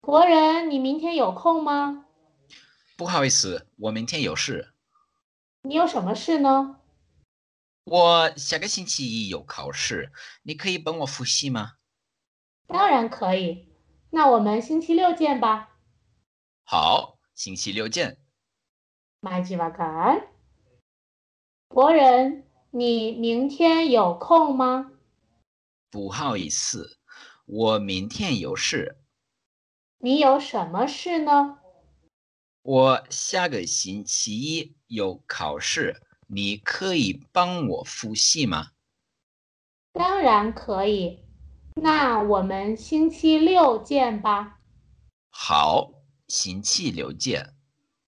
国人，你明天有空吗？不好意思，我明天有事。你有什么事呢？我下个星期一有考试，你可以帮我复习吗？当然可以。那我们星期六见吧。好，星期六见。马吉瓦卡尔。国人，你明天有空吗？不好意思，我明天有事。你有什么事呢？我下个星期一有考试，你可以帮我复习吗？当然可以。那我们星期六见吧。好，星期六见。